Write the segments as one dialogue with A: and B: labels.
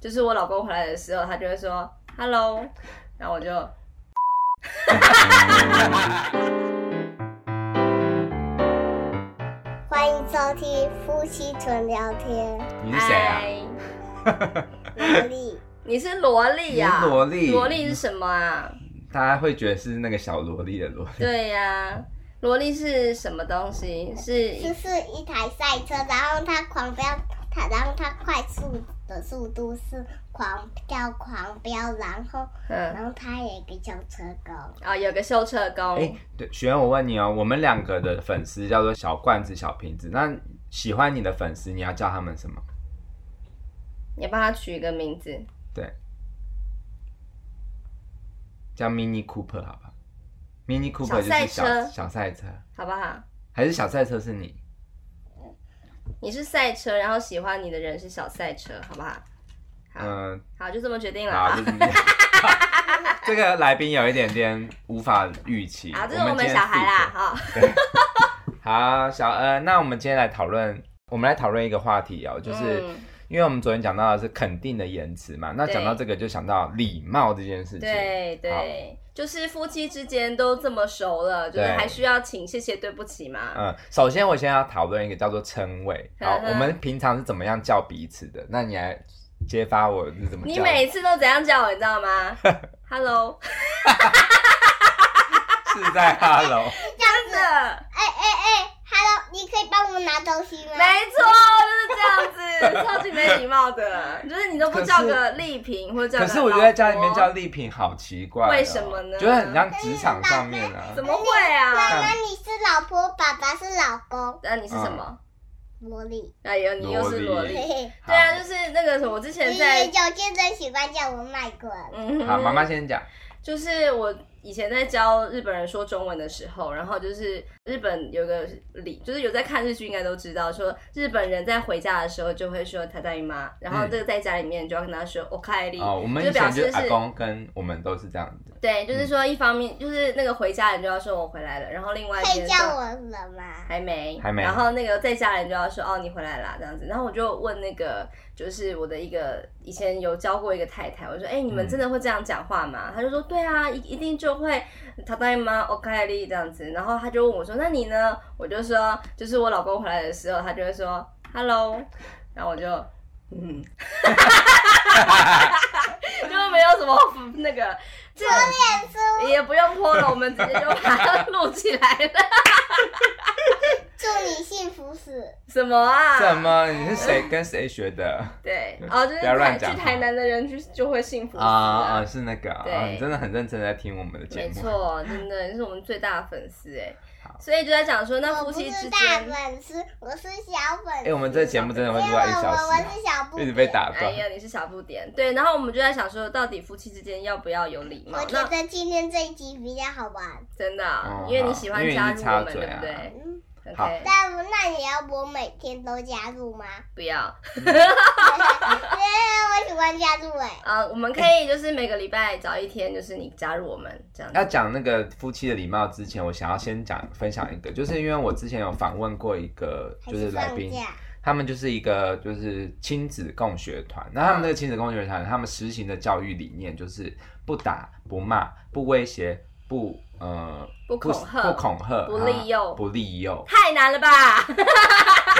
A: 就是我老公回来的时候，他就会说 “hello”，然后我就
B: 欢迎收听夫妻纯聊天，
A: “
C: 你是谁啊？
A: 嗨
B: 萝莉，
A: 你是萝莉呀、
C: 你是萝莉
A: 萝莉是什么 啊？
C: 大家会觉得是那个小萝莉的萝莉，
A: 对呀、萝莉是什么东西？是
B: 就是一台赛车，然后它狂飙，它然后它快速的速度是狂飙狂飙，然后
A: 嗯
B: 然后它有一个小车狗，
A: 啊、有个修车工。
C: 哎、对，学员，我问你哦，我们两个的粉丝叫做小罐子、小瓶子，那喜欢你的粉丝，你要叫他们什么？
A: 你帮他取一个名字，
C: 对，叫 Mini Cooper 好不好？Mini Cooper 就
A: 小
C: 是
A: 赛
C: 小
A: 车
C: 小赛车，
A: 好不好？
C: 还是小赛车是你？
A: 你是赛车，然后喜欢你的人是小赛车，好不好？好，
C: 嗯、
A: 好，就这么决定了
C: 好，
A: 啊
C: 就。是你 这个来宾有一点点无法预期。
A: 好，这是我
C: 今
A: 们
C: 天
A: 小孩啦，
C: 四个
A: 好，
C: 好，小恩，那我们今天来讨论，我们来讨论一个话题哦，就是、
A: 嗯
C: 因为我们昨天讲到的是肯定的言辞嘛，那
A: 对
C: 讲到这个就想到礼貌这件事情。
A: 对对，就是夫妻之间都这么熟了，就是
C: 对
A: 还需要请谢谢对不起吗？
C: 嗯，首先我先要讨论一个叫做称谓，好，
A: 嗯哼
C: 我们平常是怎么样叫彼此的？那你来揭发我是怎么叫？
A: 你每次都怎样叫我，你知道吗？Hello，
C: 是在 hello，
A: 真的，
B: 哎哎哎，Hello，你可以帮我们拿东西 吗？
A: 没错，就是 这样子，超级没礼貌的，就是你都不叫个丽萍或者叫
C: 可
A: 个
C: 是我觉得在家里
A: 老
C: 面
A: 婆
C: 叫丽萍好奇怪、哦，
A: 为什么呢
C: 觉得很像职场上面啊
A: 怎。么会
B: 妈
A: 啊？
B: 妈，你是老婆，爸爸是老公，
A: 那你是什么？
B: 萝莉。
A: 哎呦，你又是萝
C: 嗯萝莉
A: 莉
B: 嘿。嘿，
C: 好
A: 对啊，就是那个什么，我之前在，
B: 有些人喜欢叫我卖滚，
A: 嗯哼
C: 好，妈妈先讲。哦
A: 就是我以前在教日本人说中文的时候，然后就是日本有个礼，就是有在看日剧应该都知道，说日本人在回家的时候就会说“ただいま”，然后这个在家里面就要跟他说“おかえり”，
C: 哦，我们
A: 就
C: 以
A: 表
C: 前
A: 示
C: 就是阿
A: 是。
C: 公跟我们都是这样子。
A: 对，就是说，一方面就是那个回家人就要说我回来了，然后另外一
B: 可以
A: 边
B: 叫我了吗？
A: 还没，
C: 还没
A: 然后那个在家人就要说哦，你回来啦这样子。然后我就问那个，就是我的一个以前有教过一个太太，我就说，哎、你们
C: 嗯
A: 真的会这样讲话吗？她就说，对啊，一一定就会他答应吗？OK 哩哦这样子。然后她就问我说，那你呢？我就说，就是我老公回来的时候，他就会说 Hello，然后我就嗯。 就没有什么那个，这也不用泼了，我们直接就把它录起来了。
B: 祝你幸福死。
A: 什么啊？
C: 什？么？你是谁跟谁学的？
A: 对，哦，就是
C: 不要
A: 台
C: 乱讲
A: 去台南的人就就会幸福
C: 啊
A: 啊
C: 啊，。是那个啊
A: 对
C: 啊，你真的很认真在听我们的节
A: 没
C: 目。
A: 错，真的你是我们最大的粉丝哎
C: 好，
A: 所以就在讲说，那
B: 我
A: 夫
B: 不
A: 妻
B: 是
A: 之
B: 大
A: 间，
B: 粉丝，我是小粉丝。
C: 哎，我们这节目真的会
B: 因
C: 录
B: 为
C: 到一
B: 我
C: 小
B: 我
C: 时啊，
B: 是小不
C: 一直
B: 点，
C: 被打
A: 哎
C: 断。
A: 呀，你是小不点，对，然后我们就在想说，到底夫妻之间要不要有礼貌
B: 我？觉
A: 那
B: 得今天这一集比较好玩。
A: 真的啊，
C: 哦
A: 因为你喜欢
C: 好因为
A: 加
C: 你
A: 入
C: 是
A: 我
C: 插
A: 们，
C: 嘴
A: 对
C: 啊
A: 不对
B: 嗯，
C: 好
A: ？OK，
B: 但那你要我每天都加入 吗？
A: 不要
B: 对，我喜欢加入哎。
A: 啊，我们可以就是每个礼拜找一天，就是你加入我们这样子
C: 要讲那个夫妻的礼貌之前，我想要先讲分享一个，就是因为我之前有访问过一个
B: 还
C: 就是来
B: 放
C: 宾，
B: 假，
C: 他们就是一个就是亲子共学团。那他们那个亲子共学团，他们实行的教育理念就是不打、不骂、不威胁、不呃
A: 不恐吓
C: 不恐吓、
A: 不利诱
C: 啊不利诱。
A: 太难了 吧？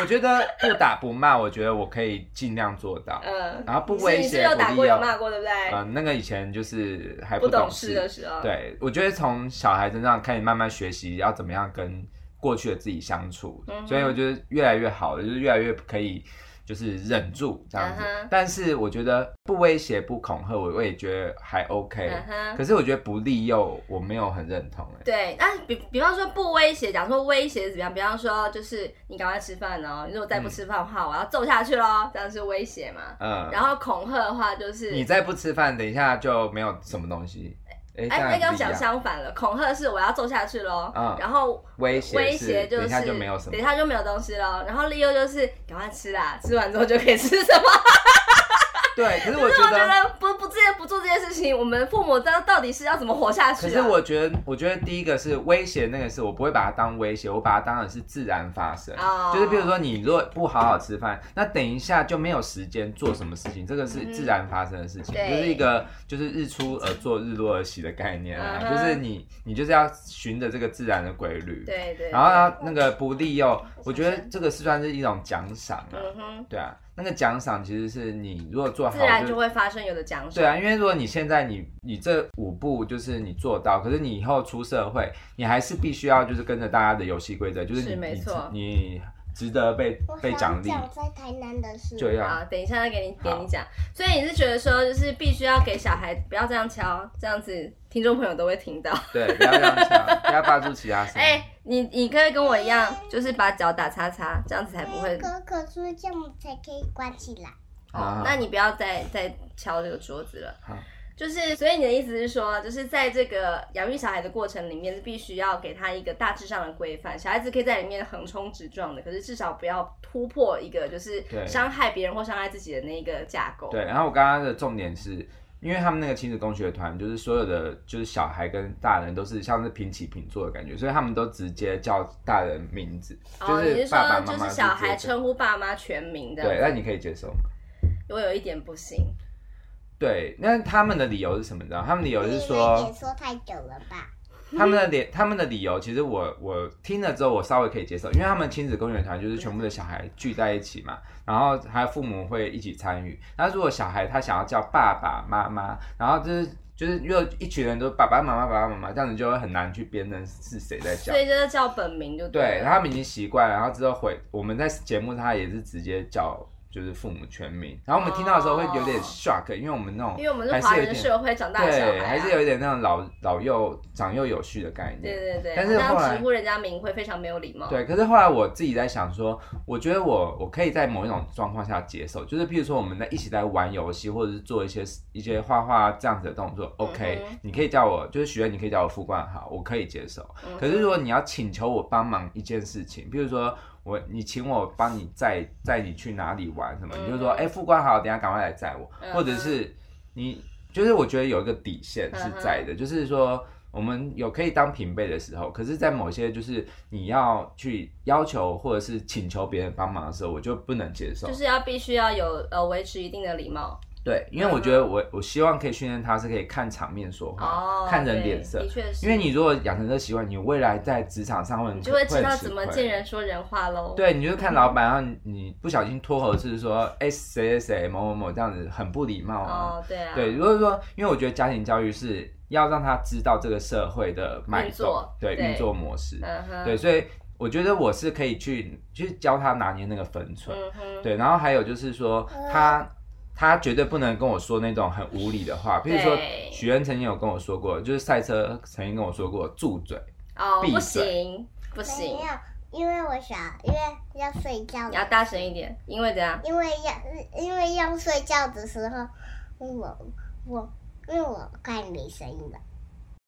C: 我觉得不打不骂，我觉得我可以尽量做 到。
A: 嗯，
C: 然后不
A: 你是
C: 威
A: 你是
C: 胁
A: 有
C: 不
A: 打
C: 利
A: 过有
C: 诱
A: 骂过，对不对？
C: 呃，那个以前就是还
A: 不
C: 懂
A: 懂事的时候，
C: 对，我觉得从小孩身上开始慢慢学习要怎么样跟过去的自己相处，
A: 嗯哼
C: 所以我觉得越来越好，就是越来越可以就是忍住这样子。
A: 嗯哼
C: 但是我觉得不威胁、不恐吓，我我也觉得还 OK、
A: 嗯哼。
C: 可是我觉得不利诱，我没有很认同哎、
A: 对，那比比方说不威胁，讲说威胁是怎么样？比方说就是你赶快吃饭哦，你如果再不吃饭的话，我要揍下去喽，这样是威胁嘛？
C: 嗯，
A: 然后恐吓的话就是，
C: 你再不吃饭，等一下就没有什么东西。哎、这样
A: 哎，那
C: 也
A: 刚
C: 不一
A: 讲
C: 样
A: 相反了，恐吓是我要揍下去喽，
C: 嗯
A: 然后
C: 威胁
A: 威
C: 是
A: 胁就是
C: 等一下就没有什么
A: 等一下就没有东西喽，然后利诱就是赶快吃啦，吃完之后就可以吃什么？
C: 对，可是 我
A: 就是我
C: 觉
A: 觉
C: 得。
A: 得不不至这些不做这件事情，我们父母到到底是要怎么活 下去、
C: 可
A: 啊？
C: 是我觉得，我觉得第一个是威胁，那个是我不会把它当威胁，我把它当成是自然发生。
A: 哦
C: 就是比如说，你如果不好好吃饭，那等一下就没有时间做什么事情，这个是
A: 嗯
C: 自然发生的事情，
A: 对
C: 就是一个就是日出而作，日落而息的概念啊，
A: 嗯哼
C: 就是你你就是要循着这个自然的规律。
A: 对对，
C: 然后呢，那个不利诱，我觉得这个是算是一种奖赏啊，
A: 嗯哼，
C: 对啊，那个奖赏其实是你如果做好，
A: 自然就会发生有的奖赏。
C: 对啊，因为如果你现在你你这五步就是你做到，可是你以后出社会，你还是必须要就是跟着大家的游戏规则，就是你
A: 是没
C: 你
A: 错
C: 你值得被
B: 我
C: 被奖
B: 想啊
C: 励，
B: 讲在台南的事，
C: 就要
A: 好，等一下再给你给
C: 啊好
A: 你讲。所以你是觉得说，就是必须要给小孩不要这样敲，这样子听众朋友都会听到。
C: 对，不要这样想，不要发出其 他声
A: 哎、
C: 音。
A: 你你可以跟我一样，就是把脚打叉叉，这样子才不会。
B: 可可是这样才可以关起来。
C: 啊
A: 哦那你不要再再敲这个桌子了
C: 好。
A: 就是，所以你的意思是说，就是在这个养育小孩的过程里面，是必须要给他一个大致上的规范。小孩子可以在里面横冲直撞的，可是至少不要突破一个就是
C: 对
A: 伤害别人或伤害自己的那一个架构。
C: 对，然后我刚刚的重点是，因为他们那个亲子共学团，就是所有的就是小孩跟大人都是像是平起平坐的感觉，所以他们都直接叫大人名字，就
A: 哦，你是
C: 爸爸
A: 说
C: 妈
A: 就
C: 妈
A: 是
C: 直
A: 小孩
C: 接叫。
A: 称呼爸妈全名这样
C: 对，
A: 子？
C: 那你可以接受吗？
A: 我有一点不行，
C: 对，那他们的理由是什么？你知道，他们理由是
B: 你们
C: 说
B: 也，说太久了吧？
C: 他们的理他们的理由，其实我我听了之后，我稍微可以接受，因为他们亲子公园团就是全部的小孩聚在一起嘛，然后还有父母会一起参与。那如果小孩他想要叫爸爸妈妈，然后就是就是又一群人都爸爸妈妈爸爸妈妈，这样子就会很难去辨认是谁在叫
A: 所。以就是叫本名就
C: 对，然
A: 了
C: 后他们已经习惯了，然后之后回我们在节目他也是直接叫就是父母全名，然后我们听到的时候会有点
A: 哦
C: shock，因为我们那种
A: 因为我们
C: 还
A: 是
C: 是
A: 华
C: 有
A: 人
C: 点
A: 社会长大的小孩
C: 对，
A: 啊、
C: 还是有一点那种老老幼长幼有序的概念。
A: 对对对，
C: 但是
A: 好
C: 后
A: 像
C: 来
A: 直呼人家名会非常没有礼貌。
C: 对，可是后来我自己在想说，我觉得我我可以在某一种状况下接受，就是譬如说我们在一起在玩游戏，或者是做一些一些画画这样子的动作，OK，、
A: 嗯哼
C: 你可以叫我就是许愿，你可以叫我副冠好，我可以接受。
A: 嗯哼
C: 可是如果你要请求我帮忙一件事情，譬如说我你请我帮你载载你去哪里玩什么，你就说
A: 嗯
C: 哎、副官好，等一下赶快来载我，
A: 嗯哼
C: 或者是你就是我觉得有一个底线是在
A: 嗯
C: 的，就是说我们有可以当平辈的时候，可是，在某些就是你要去要求或者是请求别人帮忙的时候，我就不能接受。
A: 就是要必须要有呃维持一定的礼貌
C: 对，因为我觉得我我希望可以训练他是可以看场面说话，
A: 哦，
C: 看人
A: 对
C: 脸色
A: 的。确是，
C: 因为你如果养成这个习惯，你未来在职场上会很
A: 你就会
C: 很
A: 知道
C: 吃
A: 怎么
C: 亏
A: 见人说人话喽。
C: 对，你就是看老板，然后你你不小心脱口而出说，哎、谁谁谁某某某这样子很不礼貌啊。
A: 哦，对啊，
C: 对，如果说，因为我觉得家庭教育是要让他知道这个社会的脉
A: 运
C: 动
A: 作，
C: 对
A: 对
C: 运作模式，
A: 嗯哼，
C: 对，所以我觉得我是可以去去教他拿捏那个分寸，
A: 嗯哼，
C: 对，然后还有就是说
A: 嗯
C: 他。他绝对不能跟我说那种很无理的话，譬如说
A: 对
C: 许愿曾经有跟我说过，就是赛车曾经跟我说过住嘴，
A: 哦，
C: 闭
A: 不
C: 嘴
A: 行不
B: 没
A: 行，
B: 有，因为我想，因为要睡觉
A: 你，要大声一点，因为怎样？
B: 因为要因为要睡觉的时候，我我因为我快没声音了，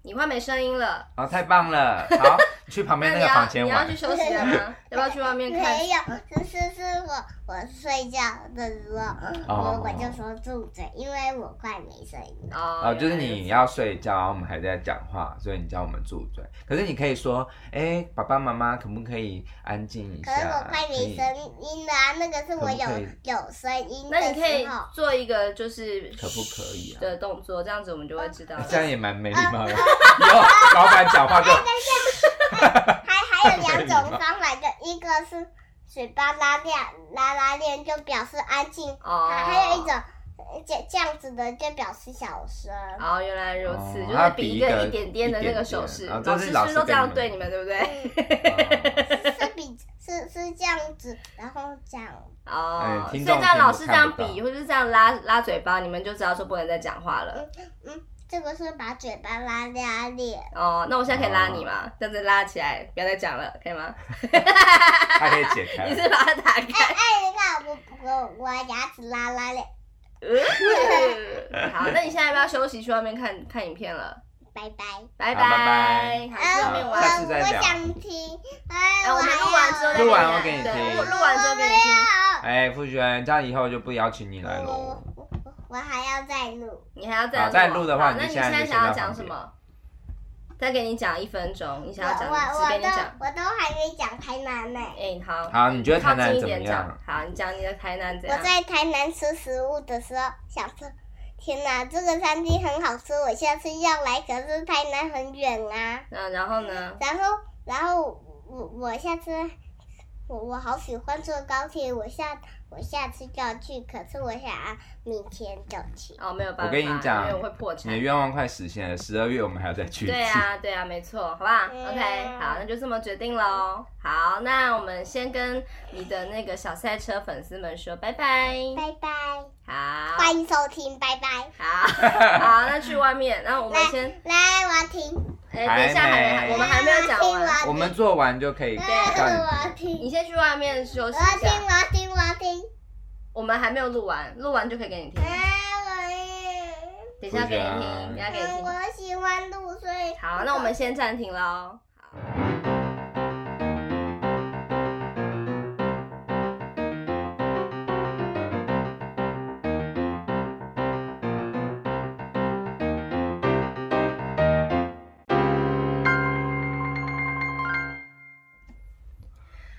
A: 你快没声音了。
C: 啊，太棒了， 好，你去旁
A: 那
C: 边
A: 你
C: 那个
A: 要
C: 房间
A: 你要
C: 玩
A: 去，休息了吗？要不要去外面看？
B: 没有，是是是我我睡觉的时候，
C: 哦
B: 我我就说住嘴，因为我快没声音了。
A: 哦
C: 哦，就是
A: 原来如
C: 你
A: 此
C: 要睡觉，然后我们还在讲话，所以你叫我们住嘴。可是你可以说，哎、爸爸妈妈可不可以安静一
B: 可
C: 下？
B: 是我快
C: 可
B: 没
C: 以
B: 声音了啊，那个是我有
C: 可不可以
B: 有声音
A: 那你
B: 的
A: 可以
B: 时候。
A: 做一个就是
C: 可不可以啊
A: 的动作，这样子我们就会知 道了。
C: 这样也蛮没礼 貌的。以后老板讲话就哦
B: 还还有两种方法，就一个是嘴巴拉链拉拉链，就表示安静；
A: 哦，
B: 还还有一种呃这这样子的，就表示小声。
A: 哦，原来如此，
C: 哦
A: 就是
C: 他
A: 比
C: 比
A: 一
C: 一
A: 个
C: 个
A: 一点点的
C: 一
A: 那
C: 点
A: 个
C: 点
A: 手势，
C: 啊这
A: 师
C: 是
A: 是
C: 老
A: 不是
C: 师
A: 都这
C: 给
A: 样
C: 你们
A: 对你们，对不对？
B: 是比是是这样子，然后这样。
A: 哦，
C: 哎
A: 所以
C: 听
A: 这
C: 众
A: 样
C: 听
A: 老
C: 不
A: 师这
C: 看
A: 样
C: 不到
A: 比，或者是这样拉拉嘴巴，你们就知道说不能再讲话了。
B: 这个是把嘴巴拉拉链，
A: 哦，那我现在可以拉你
C: 哦
A: 吗？这样子拉起来，不要再讲了，可以 吗？
C: 他可以解开
A: 你。是把它打开。
B: 哎，你看我我我牙齿拉拉链，
A: 嗯好，那你现在要不要休息去外面看看影片了？
B: 拜拜。
A: 拜
C: 好拜
A: 好，去
B: 啊
A: 外面
B: 我
A: 玩。
C: 下次再聊
B: 我想听，哎，
A: 哎，我们录完之后再
B: 还
A: 给
B: 有
C: 录
A: 你
C: 完
A: 看
C: 我给你
A: 对
C: 听
A: 录录完之后给你听。
B: 我
C: 哎、傅学，这样以后就不邀请你来
B: 没有
C: 喽。
B: 我我我还要再录。
A: 你还要再
C: 好
A: 录
C: 再
A: 啊
C: 录的话
A: 好
C: 你
A: 那
C: 现在
A: 在
C: 就
A: 想要
C: 先到
A: 讲
C: 旁
A: 什
C: 边
A: 么？再给你讲一分钟，你
B: 我
A: 想要讲
B: 我
A: 只
B: 我
A: 给你
B: 都
A: 讲。
B: 我都还没讲台南呢、
A: 哎、好，
C: 好，你觉得台
A: 靠
C: 南
A: 近一
C: 怎么
A: 点
C: 样
A: 讲？。好，你讲你的台南怎
B: 我
A: 样？
B: 在台南吃食物的时候，想说，天哪，这个餐厅很好吃，我下次要来。可是台南很远啊。
A: 嗯，然后呢？
B: 然后，然后我我下次，我我好喜欢坐高铁，我下我下次就要去。可是我想要明天就去。
A: 哦，没有办法，
C: 我跟你讲
A: 因为我会破产
C: 你的。愿望快实现了，十二月我们还要再去一次。
A: 对啊，对啊，没错，好吧
B: 嗯
A: ，OK，好，那就这么决定喽。好，那我们先跟你的那个小赛车粉丝们说拜拜，
B: 拜拜，
A: 好，
B: 欢迎收听，拜拜。
A: 好，好，那去外面，那我们先，
B: 来，我要听，
A: 哎，等一下，
C: 还
A: 还没，
C: 没
A: 我们还没有讲
B: 来
A: 完，
C: 我们做完就可以
B: 我
C: 干。
B: 要听，
A: 你先去外面休
B: 我
A: 息
B: 要
A: 一
B: 听，
A: 下，
B: 我要听，我要听。
A: 我们还没有录完，录完就可以给你听
B: 啊，，我要。
A: 等一下给你听，等
C: 不行啊
A: 一下给你
B: 嗯，
A: 听。
B: 我喜欢露水。
A: 好，那我们先暂停喽。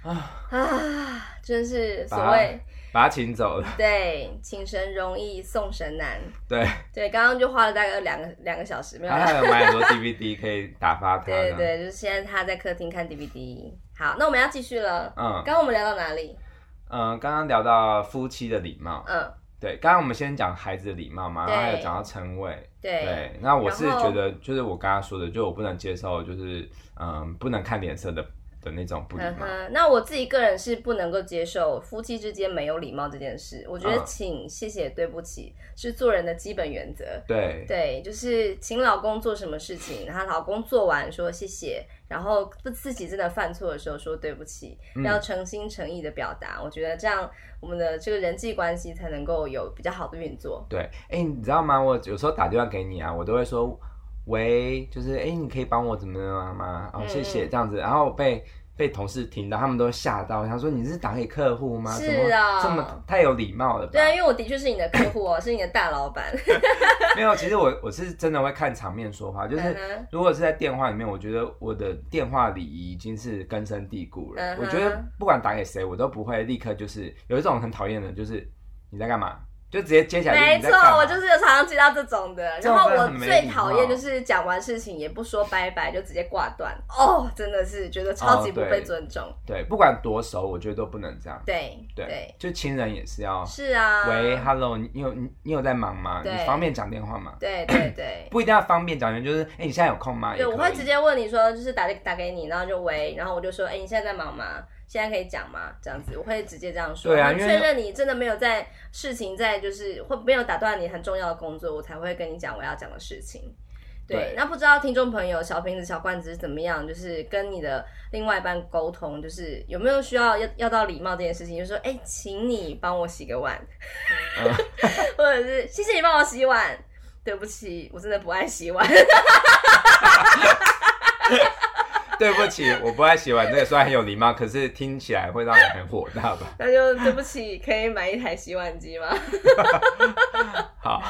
C: 啊，
A: 啊，真是所
C: 把
A: 谓
C: 把他请走了。
A: 对请神容易送神难。
C: 对，
A: 对，刚刚就花了大概两个两个小时，没有
C: 他
A: 啦。
C: 还有买很多 DVD 可以打发他
A: 对
C: 的。
A: 对，就是现在他在客厅看 DVD。好，那我们要继续了。
C: 嗯
A: 刚刚我们聊到哪里？
C: 嗯，刚刚聊到夫妻的礼貌，
A: 嗯，
C: 对，刚刚我们先讲孩子的礼貌嘛，
A: 对
C: 然后还有讲到称谓。
A: 对，嗯
C: 对，那我是
A: 然后
C: 觉得，就是我刚刚说的，就我不能接受，就是嗯，不能看脸色的的那种不礼
A: 呵
C: 貌。
A: 呵。嗯那我自己个人是不能够接受夫妻之间没有礼貌这件事。我觉得
C: 嗯
A: 请、谢谢、对不起是做人的基本原则。
C: 对，
A: 对，就是请老公做什么事情，然后老公做完说谢谢，然后自己真的犯错的时候说对不起，
C: 嗯
A: 要诚心诚意的表达。我觉得这样我们的这个人际关系才能够有比较好的运作。
C: 对，哎、你知道吗？我有时候打电话给你啊，我都会说，喂，就是哎、你可以帮我怎么怎么样吗？哦，谢谢，
A: 嗯
C: 这样子，然后被被同事听到，他们都吓到，想说你是打给客户吗？
A: 是
C: 怎么
A: 啊
C: 这么太有礼貌了吧？
A: 对啊，因为我的确是你的客户哦，是你的大老板。
C: 没有，其实我我是真的会看场面说话，就是
A: 嗯哼
C: 如果是在电话里面，我觉得我的电话礼仪已经是根深蒂固了。
A: 嗯哼
C: 我觉得不管打给谁，我都不会立刻就是有一种很讨厌的，就是你在干嘛，就直接接起来就
A: 没
C: 你
A: 错
C: 在干，嘛
A: 我就是有常常接到这种的。
C: 这
A: 然
C: 种
A: 后
C: 真的
A: 我
C: 很没
A: 最
C: 礼
A: 讨厌
C: 貌
A: 就是讲完事情也不说拜拜，就直接挂断。哦，真的是觉得超
C: 哦
A: 级不
C: 对
A: 被尊重。
C: 对，不管多熟，我觉得都不能这样。
A: 对
C: 对，就亲人也是要。
A: 是啊。
C: 喂，Hello，你你有你你有在忙吗？
A: 对
C: 你方便讲电话吗？
A: 对对对。
C: 不一定要方便讲，就是哎、你现在有空吗？
A: 对，
C: 也可
A: 我会
C: 以
A: 直接问你说，就是打打给你，然后就喂，然后我就说，哎、你现在在忙吗？现在可以讲吗？这样子，我会直接这样说。
C: 对啊
A: 然后
C: 因为
A: 确认你真的没有在事情在，就是会没有打断你很重要的工作，我才会跟你讲我要讲的事情。对，
C: 对
A: 那不知道听众朋友小瓶子、小罐子是怎么样，就是跟你的另外一半沟通，就是有没有需要要要到礼貌这件事情，就是说，哎、请你帮我洗个碗，
C: 嗯
A: 或者是谢谢你帮我洗碗，对不起，我真的不爱洗碗。
C: 对不起，我不爱洗碗，这个虽然很有 礼貌，可是听起来会让人很火大吧？
A: 那就对不起，可以买一台洗碗机吗？
C: 好，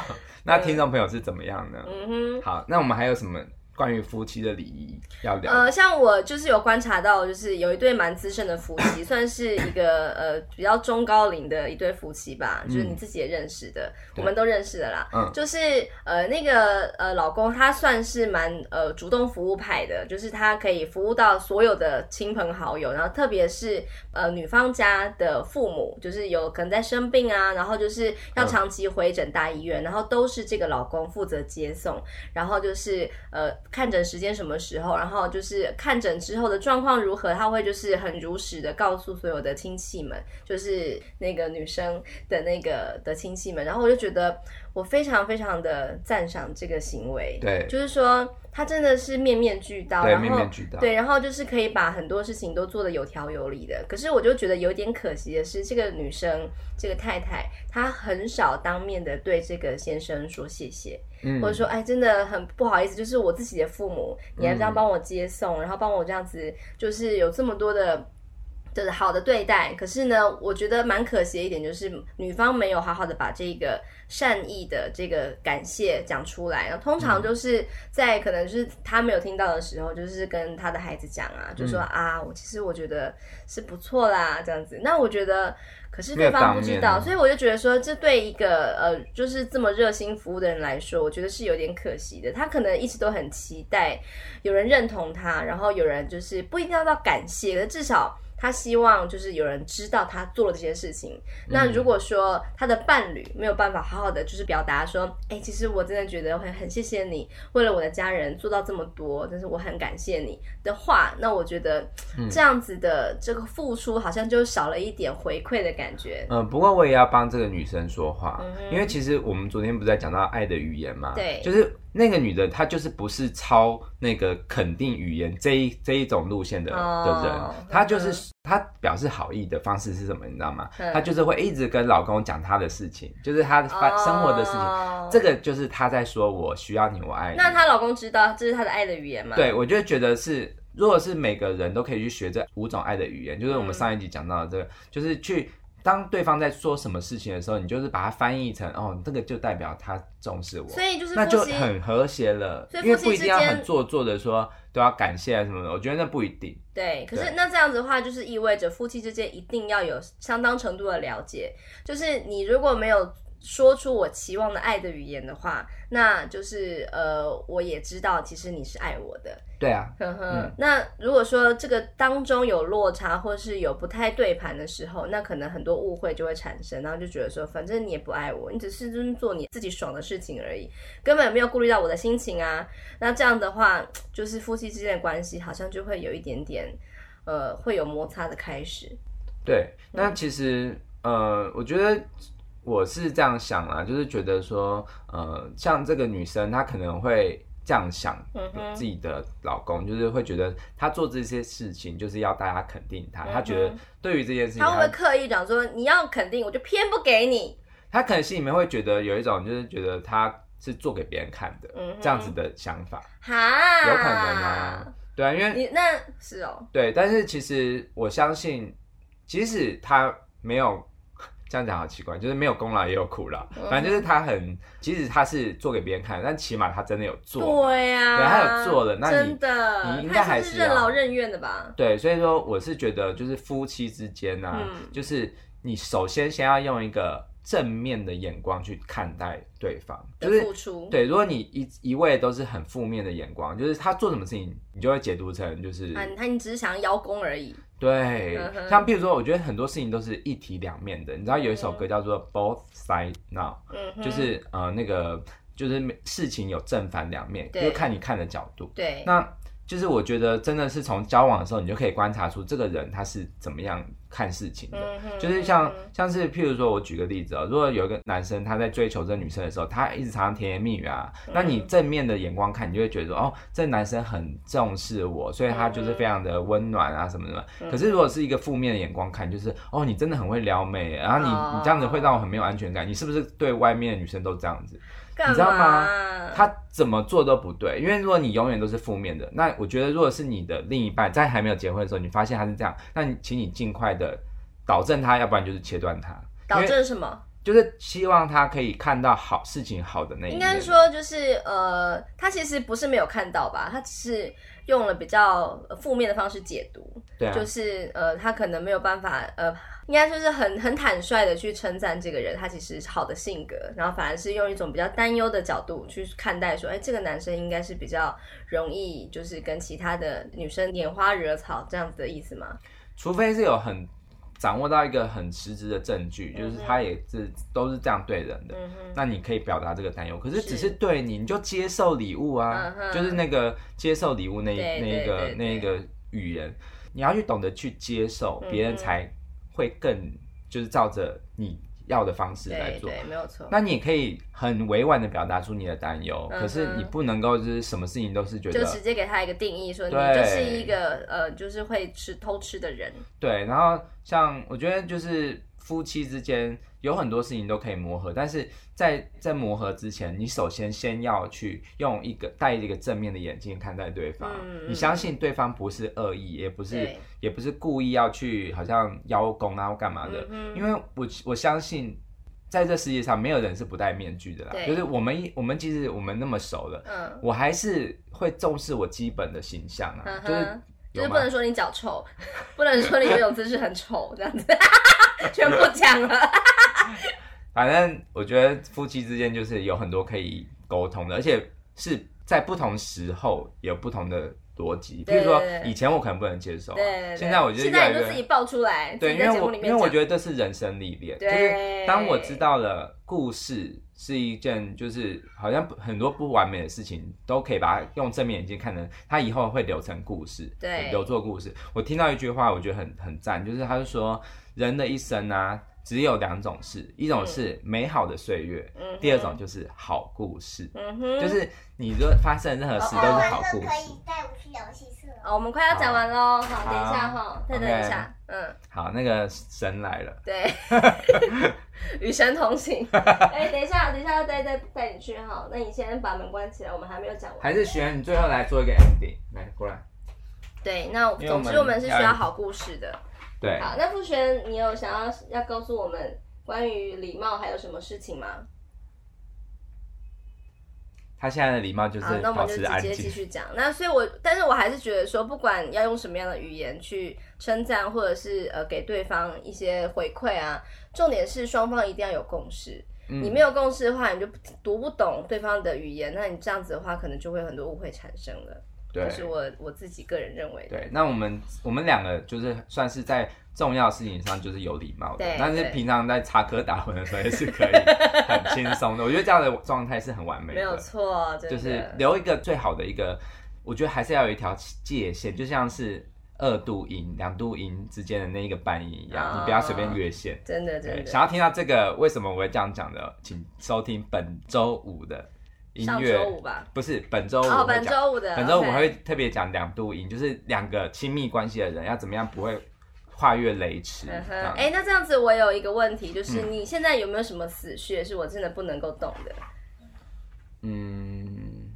C: 那听众朋友是怎么样呢？
A: 嗯哼。
C: 好，那我们还有什么关于夫妻的礼仪要聊？
A: 呃，像我就是有观察到，就是有一对蛮资深的夫 妻，算是一个呃比较中高龄的一对夫妻吧，就是你自己也认识的，我
C: 嗯对
A: 们都认识的啦。
C: 嗯
A: 就是呃那个呃老公他算是蛮呃主动服务派的，就是他可以服务到所有的亲朋好友，然后特别是呃女方家的父母，就是有可能在生病啊，然后就是要
C: 嗯
A: 长期回诊大医院，然后都是这个老公负责接送。然后就是呃看诊时间什么时候，然后就是看诊之后的状况如何，他会就是很如实的告诉所有的亲戚们，就是那个女生的那个的亲戚们，然后我就觉得我非常非常的赞赏这个行为，
C: 对
A: 就是说他真的是面面俱到，
C: 对
A: 然后
C: 面面俱到
A: 对，然后就是可以把很多事情都做得有条有理的。可是我就觉得有点可惜的是，这个女生这个太太，她很少当面的对这个先生说谢谢。
C: 嗯
A: 或者说，哎，真的很不好意思，就是我自
C: 嗯
A: 己的父母，你还这样帮我接送，然后帮我这样子，就是有这么多的就是好的对待。可是呢，我觉得蛮可惜的一点就是，女方没有好好的把这个善意的这个感谢讲出来。然后通
C: 嗯
A: 常就是在可能是她没有听到的时候，就是跟她的孩子讲啊，就说、
C: 嗯
A: 啊，我其实我觉得是不错啦，这样子。那我觉得。可是
C: 没有
A: 对方
C: 当
A: 不知
C: 面
A: 道，
C: 啊
A: 所以我就觉得说，这对一个呃，就是这么热心服务的人来说，我觉得是有点可惜的。他可能一直都很期待有人认同他，然后有人就是不一定要到感谢，可是至少他希望就是有人知道他做了这些事情。那
C: 嗯
A: 如果说他的伴侣没有办法好好的就是表达说，哎、其实我真的觉得很很谢谢你，为了我的家人做到这么多，但是我很感谢你的话，那我觉得
C: 嗯
A: 这样子的这个付出好像就少了一点回馈的感觉。
C: 嗯，不过我也要帮这个女生说话，
A: 嗯哼
C: 因为其实我们昨天不是在讲到爱的语言嘛，
A: 对
C: 就是那个女的她就是不是抄那个肯定语言这一这一种路线的、的
A: 哦
C: 人，她就
A: 嗯
C: 是她表示好意的方式是什么，你知道吗？
A: 嗯
C: 她就是会一直跟老公讲她的事情，就是她的发生活的事情，
A: 哦
C: 这个就是她在说我需要你，我爱你。
A: 那她老公知道这是她的爱的语言吗？
C: 对，我就觉得是，如果是每个人都可以去学这五种爱的语言，就是我们上一集讲到的这个，就是去当对方在说什么事情的时候，你就是把它翻译成哦，这个就代表他重视我，
A: 所以就是
C: 那就
A: 夫妻，
C: 很和谐了
A: 所，以
C: 因为
A: 夫妻
C: 不一定要
A: 之间
C: 很做作的说都要感谢啊什么的，我觉得那不一定。
A: 对，可是
C: 对
A: 那这样子的话，就是意味着夫妻之间一定要有相当程度的了解。就是你如果没有说出我期望的爱的语言的话，那就是呃，我也知道其实你是爱我的。
C: 对啊，
A: 呵呵，
C: 嗯
A: 那如果说这个当中有落差，或是有不太对盘的时候，那可能很多误会就会产生，然后就觉得说，反正你也不爱我，你只是就是做你自己爽的事情而已，根本没有顾虑到我的心情啊。那这样的话，就是夫妻之间的关系好像就会有一点点，呃，会有摩擦的开始。
C: 对，那
A: 嗯
C: 其实呃，我觉得我是这样想啦，就是觉得说，呃，像这个女生她可能会这样想
A: 嗯哼
C: 自己的老公，就是会觉得她做这些事情就是要大家肯定她，她觉
A: 嗯
C: 得
A: 哼
C: 对于这件事情
A: 他会不
C: 她
A: 会刻意讲说，你要肯定，我就偏不给你？
C: 她可能心里面会觉得有一种就是觉得她是做给别人看的
A: 嗯哼
C: 这样子的想法，
A: 哈，
C: 有可能啊。对啊，因为
A: 你那是哦，
C: 对，但是其实我相信，即使他没有 这样讲好奇怪，就是没有功劳也有苦劳，
A: 嗯
C: 反正就是他很，即使他是做给别人看，但起码他真的有做。
A: 对呀、
C: 对他有做了那你
A: 真的，
C: 你应该还
A: 他也
C: 是
A: 是
C: 要
A: 任劳任怨的吧？
C: 对，所以说我是觉得，就是夫妻之间呢、
A: 嗯
C: 就是你首先先要用一个正面的眼光去看待对方，
A: 的
C: 就是
A: 付出，
C: 对，如果你一一味都是很负面的眼光，就是他做什么事情，你就会解读成就是
A: 啊，他你只是想要邀功而已。
C: 对
A: 嗯，哼
C: 像譬如说，我觉得很多事情都是一体两面的。你知道有一首歌叫做《Both Sides Now
A: 嗯》，哼，
C: 就是呃那个就是事情有正反两面，就
A: 对
C: 是看你看的角度。
A: 对，
C: 那就是我觉得真的是从交往的时候，你就可以观察出这个人他是怎么样看事情的。
A: 嗯哼
C: 就是像
A: 嗯
C: 像是譬如说，我举个例子哦，如果有一个男生他在追求这女生的时候，他一直常常甜言蜜语啊，
A: 嗯
C: 那你正面的眼光看，你就会觉得说，哦，这男生很重视我，所以他就是非常的温暖啊什么什么。
A: 嗯
C: 可是如果是一个负面的眼光看，就是哦，你真的很会撩妹，然后你
A: 哦
C: 你这样子会让我很没有安全感，你是不是对外面的女生都这样子？
A: 干嘛？
C: 你知道吗他怎么做都不对，因为如果你永远都是负面的，那我觉得如果是你的另一半在还没有结婚的时候，你发现他是这样，那你请你尽快的导正他，要不然就是切断他，
A: 导
C: 因为
A: 致什么？
C: 就是希望他可以看到好事情好的那一面。
A: 应该说就是呃，他其实不是没有看到吧，他只是用了比较呃负面的方式解读，
C: 对啊，
A: 就是呃，他可能没有办法呃，应该就是很很坦率的去称赞这个人，他其实是好的性格，然后反而是用一种比较担忧的角度去看待，说，哎，这个男生应该是比较容易就是跟其他的女生拈花惹草这样子的意思吗？
C: 除非是有很掌握到一个很实质的证据，就
A: 嗯
C: 是
A: 哼
C: 他也是都是这样对人的。
A: 嗯哼，
C: 那你可以表达这个担忧，可是
A: 是
C: 只是对你，你就接受礼物啊
A: 嗯，哼
C: 就是那个接受礼物那一
A: 对
C: 那一个
A: 对对
C: 那一个语言，你要去懂得去接受
A: 嗯，哼
C: 别人才会更就是照着你要的方式来
A: 对
C: 做。
A: 对，没有错。
C: 那你也可以很委婉的表达出你的担忧，
A: 嗯哼
C: 可是你不能够就是什么事情都是觉
A: 就
C: 得
A: 直接给他一个定义，说你
C: 对
A: 就是一个呃，就是会吃偷吃的人。
C: 对。然后像我觉得就是夫妻之间有很多事情都可以磨合，但是在在磨合之前，你首先先要去用一个带一个正面的眼睛看待对方，
A: 嗯
C: 你相信对方不是恶意，也不是
A: 对
C: 也不是故意要去好像邀功啊或干嘛的，
A: 嗯哼
C: 因为我我相信。在这世界上，没有人是不戴面具的啦。
A: 对
C: 就是我们一，我们即使我们那么熟了，
A: 嗯，
C: 我还是会重视我基本的形象啊，
A: 嗯
C: 就是
A: 哼，就
C: 有
A: 是
C: 吗
A: 不能说你脚臭， 不能说你游泳姿势很丑这样子， 全部讲了。
C: 反正我觉得夫妻之间就是有很多可以沟通的，而且是在不同时候有不同的逻辑。比
A: 对
C: 如说
A: 对对
C: 以前我可能不能接受啊、
A: 对对对
C: 现在我就
A: 现
C: 越来
A: 在你
C: 越
A: 就自己爆出 来，
C: 对，
A: 自己
C: 因
A: 在
C: 为
A: 节目
C: 我
A: 里
C: 因
A: 面
C: 为我
A: 讲
C: 觉得这是人生历练，就
A: 对
C: 是当我知道了故事是一件，就是好像很多不完美的事情都可以把它用正面眼睛看成，它以后会留成故事，
A: 对
C: 留作故事。我听到一句话，我觉得很很赞，就是他就说，人的一生啊，只有两种事，一种是美好的岁月，
A: 嗯嗯哼
C: 第二种就是好故事。
A: 嗯哼，
C: 就是你若发生的任何事
A: 哦
C: 都
B: 玩
C: 是
B: 完
C: 好
B: 了
C: 故
B: 可
C: 事
B: 以。带我去游戏室哦。
A: 哦，我们快要讲完喽，好，
C: 好
A: 等一下哈，再等一下，嗯，
C: 好，那个神来了，
A: 对， 与神同 行。哎，等一下，等一下，再再带你去哈，那你先把门关起来，我们还没有讲完。
C: 还是学员你最后来做一个 ending，来过来。
A: 对，那
C: 因为我
A: 总
C: 们
A: 之我们是需
C: 要
A: 要好故事的。
C: 对，
A: 好，那傅璇，你有想要要告诉我们关于礼貌还有什么事情吗？
C: 他现在的礼貌就是
A: 啊好，那我
C: 保
A: 们就
C: 持安
A: 直接继
C: 静。
A: 续讲。那所以我，但是我还是觉得说，不管要用什么样的语言去称赞，或者是呃给对方一些回馈啊，重点是双方一定要有共识。
C: 嗯
A: 你没有共识的话，你就不读不懂对方的语言，那你这样子的话，可能就会有很多误会产生了。
C: 对
A: 这是我我自己个人认为的。
C: 对，那我们我们两个就是算是在重要事情上就是有礼貌的
A: 对，
C: 但是
A: 对
C: 平常在插科打诨的时候也是可 以很轻松的。我觉得这样的状态是很完美
A: 没有
C: 的，
A: 错，真
C: 就
A: 的
C: 是留一个最好的一个，我觉得还是要有一条界限，就像是二度音、两度音之间的那一个半音一样，
A: 啊
C: 你不要随便越线。
A: 真的真
C: 对，
A: 的。
C: 想要听到这个为什么我会这样讲的，请收听本周五的音
A: 上
C: 乐
A: 周五吧，
C: 不是本周五
A: 哦，
C: 会
A: 本
C: 讲，
A: 周五的，
C: 本周五
A: OK
C: 会特别讲两度音，就是两个亲密关系的人要怎么样不会跨越雷池。
A: 嗯哼
C: 这，样
A: 哎、那这样子我有一个问题，就是你现在有没有什么死穴是我真的不能够懂的？
C: 嗯，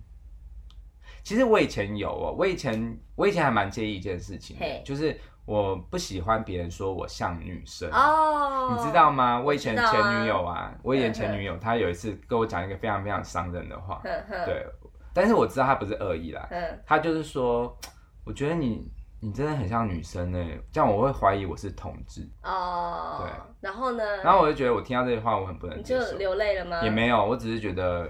C: 其实我以前有哦，我以前我以前还蛮介意一件事情的
A: 嘿
C: 就是我不喜欢别人说我像女生。
A: 哦、
C: 你知道吗？我以前
A: 知道啊嗯
C: 前女友啊，我以前前女友，她有一次跟我讲一个非常非常伤人的话，
A: 哼哼，
C: 对，但是我知道她不是恶意啦，
A: 嗯，
C: 他就是说，我觉得你你真的很像女生呢、这样我会怀疑我是同志。
A: 哦，
C: 对，
A: 然后呢？
C: 然后我就觉得我听到这句话我很不能
A: 你
C: 接
A: 就
C: 受，
A: 流泪了吗？
C: 也，没有，我只是觉得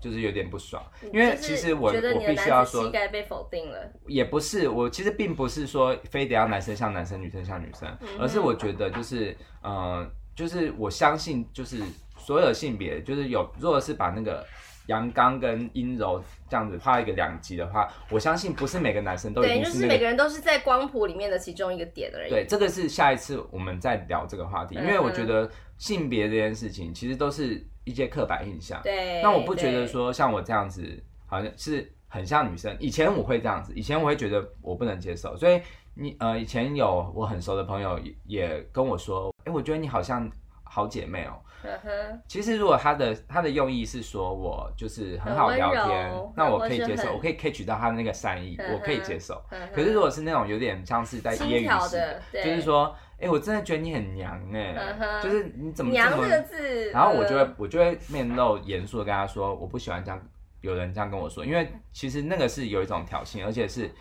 C: 就是有点不爽，
A: 因
C: 因为其实我
A: 觉得
C: 我
A: 你的
C: 必须
A: 男
C: 要
A: 子气
C: 说，
A: 概被否定了，
C: 也不是我其实并不是说非得要男生像男生，女生像女生，
A: 嗯
C: 而是我觉得就是呃，就是我相信就是所有性别就是有，如果是把那个。阳刚跟阴柔这样子画一个两极的话，我相信不是每个男生都一
A: 对，
C: 定
A: 就是
C: 那
A: 每个人都是在光谱里面的其中一个点而已。嗯
C: 对，，这个是下一次我们再聊这个话题，因为我觉得性别这件事情其实都是一些刻板印象。
A: 对。
C: 那我不觉得
A: 对，
C: 说像我这样子，好像是很像女生。以前我会这样子，以前我会觉得我不能接受，所以你呃，以前有我很熟的朋友也也跟我说，哎、我觉得你好像好姐妹哦、
A: 嗯哼，
C: 其实如果他的他的用意是说我就是很
A: 很
C: 好
A: 温
C: 聊
A: 柔
C: 天，那我
A: 或
C: 可以
A: 是
C: 接受，
A: 很
C: 我可以 catch 到他那个善意，我可以
A: 嗯哼
C: 接受。
A: 嗯哼
C: 可是如果是那种有点像是在
A: 轻
C: 揶揄
A: 佻
C: 式
A: 的对
C: 就是说，哎、我真的觉得你很娘哎、
A: 嗯哼
C: 就是你怎么
A: 娘
C: 这么
A: 这个字，
C: 然后我就会
A: 嗯
C: 我就会面露严肃的跟他说，我不喜欢这样有人这样跟我说，因为
A: 嗯
C: 其实那个是有一种挑衅，而且是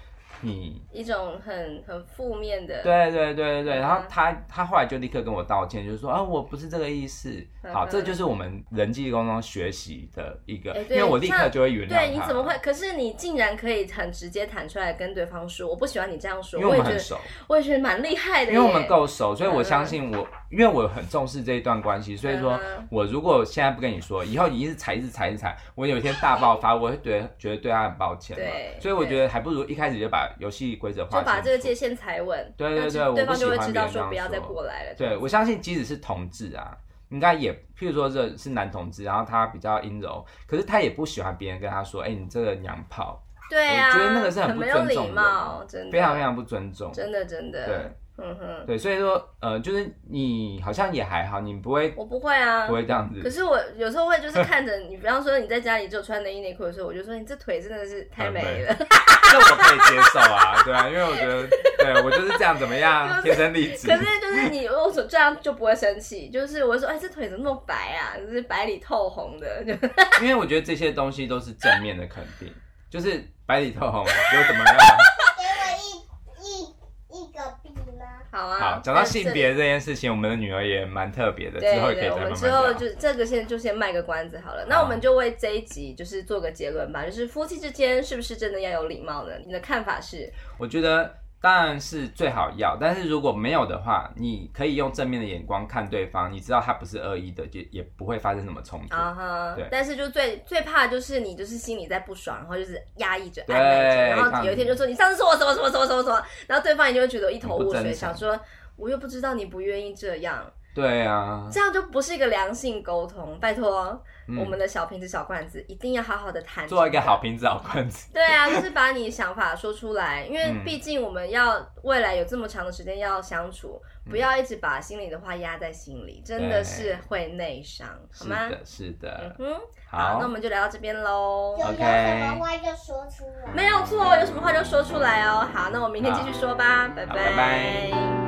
C: 你。
A: 一种很很负面的，
C: 对对对对对，
A: 嗯嗯哼
C: 然后他他后来就立刻跟我道歉，就是说啊我不是这个意思。
A: 嗯
C: 好，
A: 哼
C: 这就是我们人际沟通学习的一个，
A: 哎
C: 因
A: 对
C: 为我立刻
A: 像
C: 就会原谅他。
A: 对，你怎么会？？可是你竟然可以很直接坦出来跟对方说，我不喜欢你这样说，
C: 因为我
A: 我也
C: 们
A: 觉
C: 很
A: 得，
C: 熟，
A: 我也觉得蛮厉害的
C: 因
A: 耶。
C: 为我们够熟，所以我
A: 嗯
C: 相信我，因为我很重视这一段关系，所以说
A: 嗯
C: 我如果现在不跟你说，以后你一直踩，一直踩，一直踩，我有一天大爆发，我会觉得觉得对他很抱歉
A: 对
C: 嘛。所以我觉得还不如一开始就把游戏规则
A: 就
C: 划
A: 把
C: 清
A: 这个
C: 楚
A: 界限踩稳，
C: 对对
A: 那
C: 对
A: 就
C: 我
A: 对
C: 不
A: 方
C: 喜
A: 就会
C: 欢
A: 知
C: 别
A: 道
C: 人
A: 说
C: 这样
A: 不要再
C: 说
A: 过来了。
C: 对我相信，即使是同志啊，应该也，譬如说这是男同志，然后他比较阴柔，可是他也不喜欢别人跟他说，哎、你这个娘炮，
A: 对啊，
C: 我觉得那个是很
A: 很
C: 不
A: 没有
C: 尊重
A: 礼
C: 人
A: 貌，真的
C: 非常非常不尊重。
A: 真的真的
C: 对，
A: 嗯哼，
C: 对，所以说呃，就是你好像也还好，你不会
A: 我不会啊
C: 不。会这样
A: 可
C: 子，
A: 是我有时候会就是看着你，比方说你在家里只有穿内衣内裤的时候，我就说你这腿真的是太
C: 很
A: 美
C: 美
A: 了。
C: 这我可以接受啊，对啊，因为我觉得对我就是这样，怎 么样，天生丽质
A: 可。是就是你如果说这样就不会生气，就是我会说哎这腿怎么那么白啊，就是白里透红的，就
C: 因为我觉得这些东西都是正面的肯定，就是白里透红又怎么 样？
B: 给我一一一个笔吗？
A: 好啊。
C: 好，讲到
A: 但是
C: 性别这件事情，我们的女儿也蛮特别的，
A: 对
C: 之后也可
A: 对，
C: 以再
A: 我
C: 慢
A: 们
C: 慢
A: 之后
C: 聊。
A: 就这个先就先卖个关子好了。那我们就为这一集就是做个结论吧，就是夫妻之间是不是真的要有礼貌呢？你的看法是？
C: 我觉得当然是最好要，但是如果没有的话，你可以用正面的眼光看对方，你知道他不是恶意的，也也不会发生什么冲突。
A: 啊哈
C: 对，
A: 但是就最最怕就是你就是心里在不爽，然后就是压抑着、
C: 对
A: 按耐着，然后
C: 抗
A: 有一天就说你上次说我什么什么什么什么什么，然后对方也就会觉得一头雾
C: 你不
A: 水，
C: 正
A: 想
C: 常
A: 说我又不知道你不愿意这样，
C: 对啊，
A: 这样就不是一个良性沟通。拜托，
C: 嗯
A: 我们的小瓶子小罐子一定要好好的谈，
C: 做一个好瓶子好罐子。
A: 对啊，就是把你想法说出来，因为
C: 嗯
A: 毕竟我们要未来有这么长的时间要相处，
C: 嗯
A: 不要一直把心里的话压在心里，真的是会内伤，好
C: 是
A: 吗？
C: 的，是
A: 嗯
C: 的。
A: 哼，好，
C: 好
A: 那我们就聊到这边喽
B: 有，有什么话就说出来。
A: 没有错，有什么话就说出来哦。好，那我们明天继续说吧，拜
C: 好拜拜
A: 拜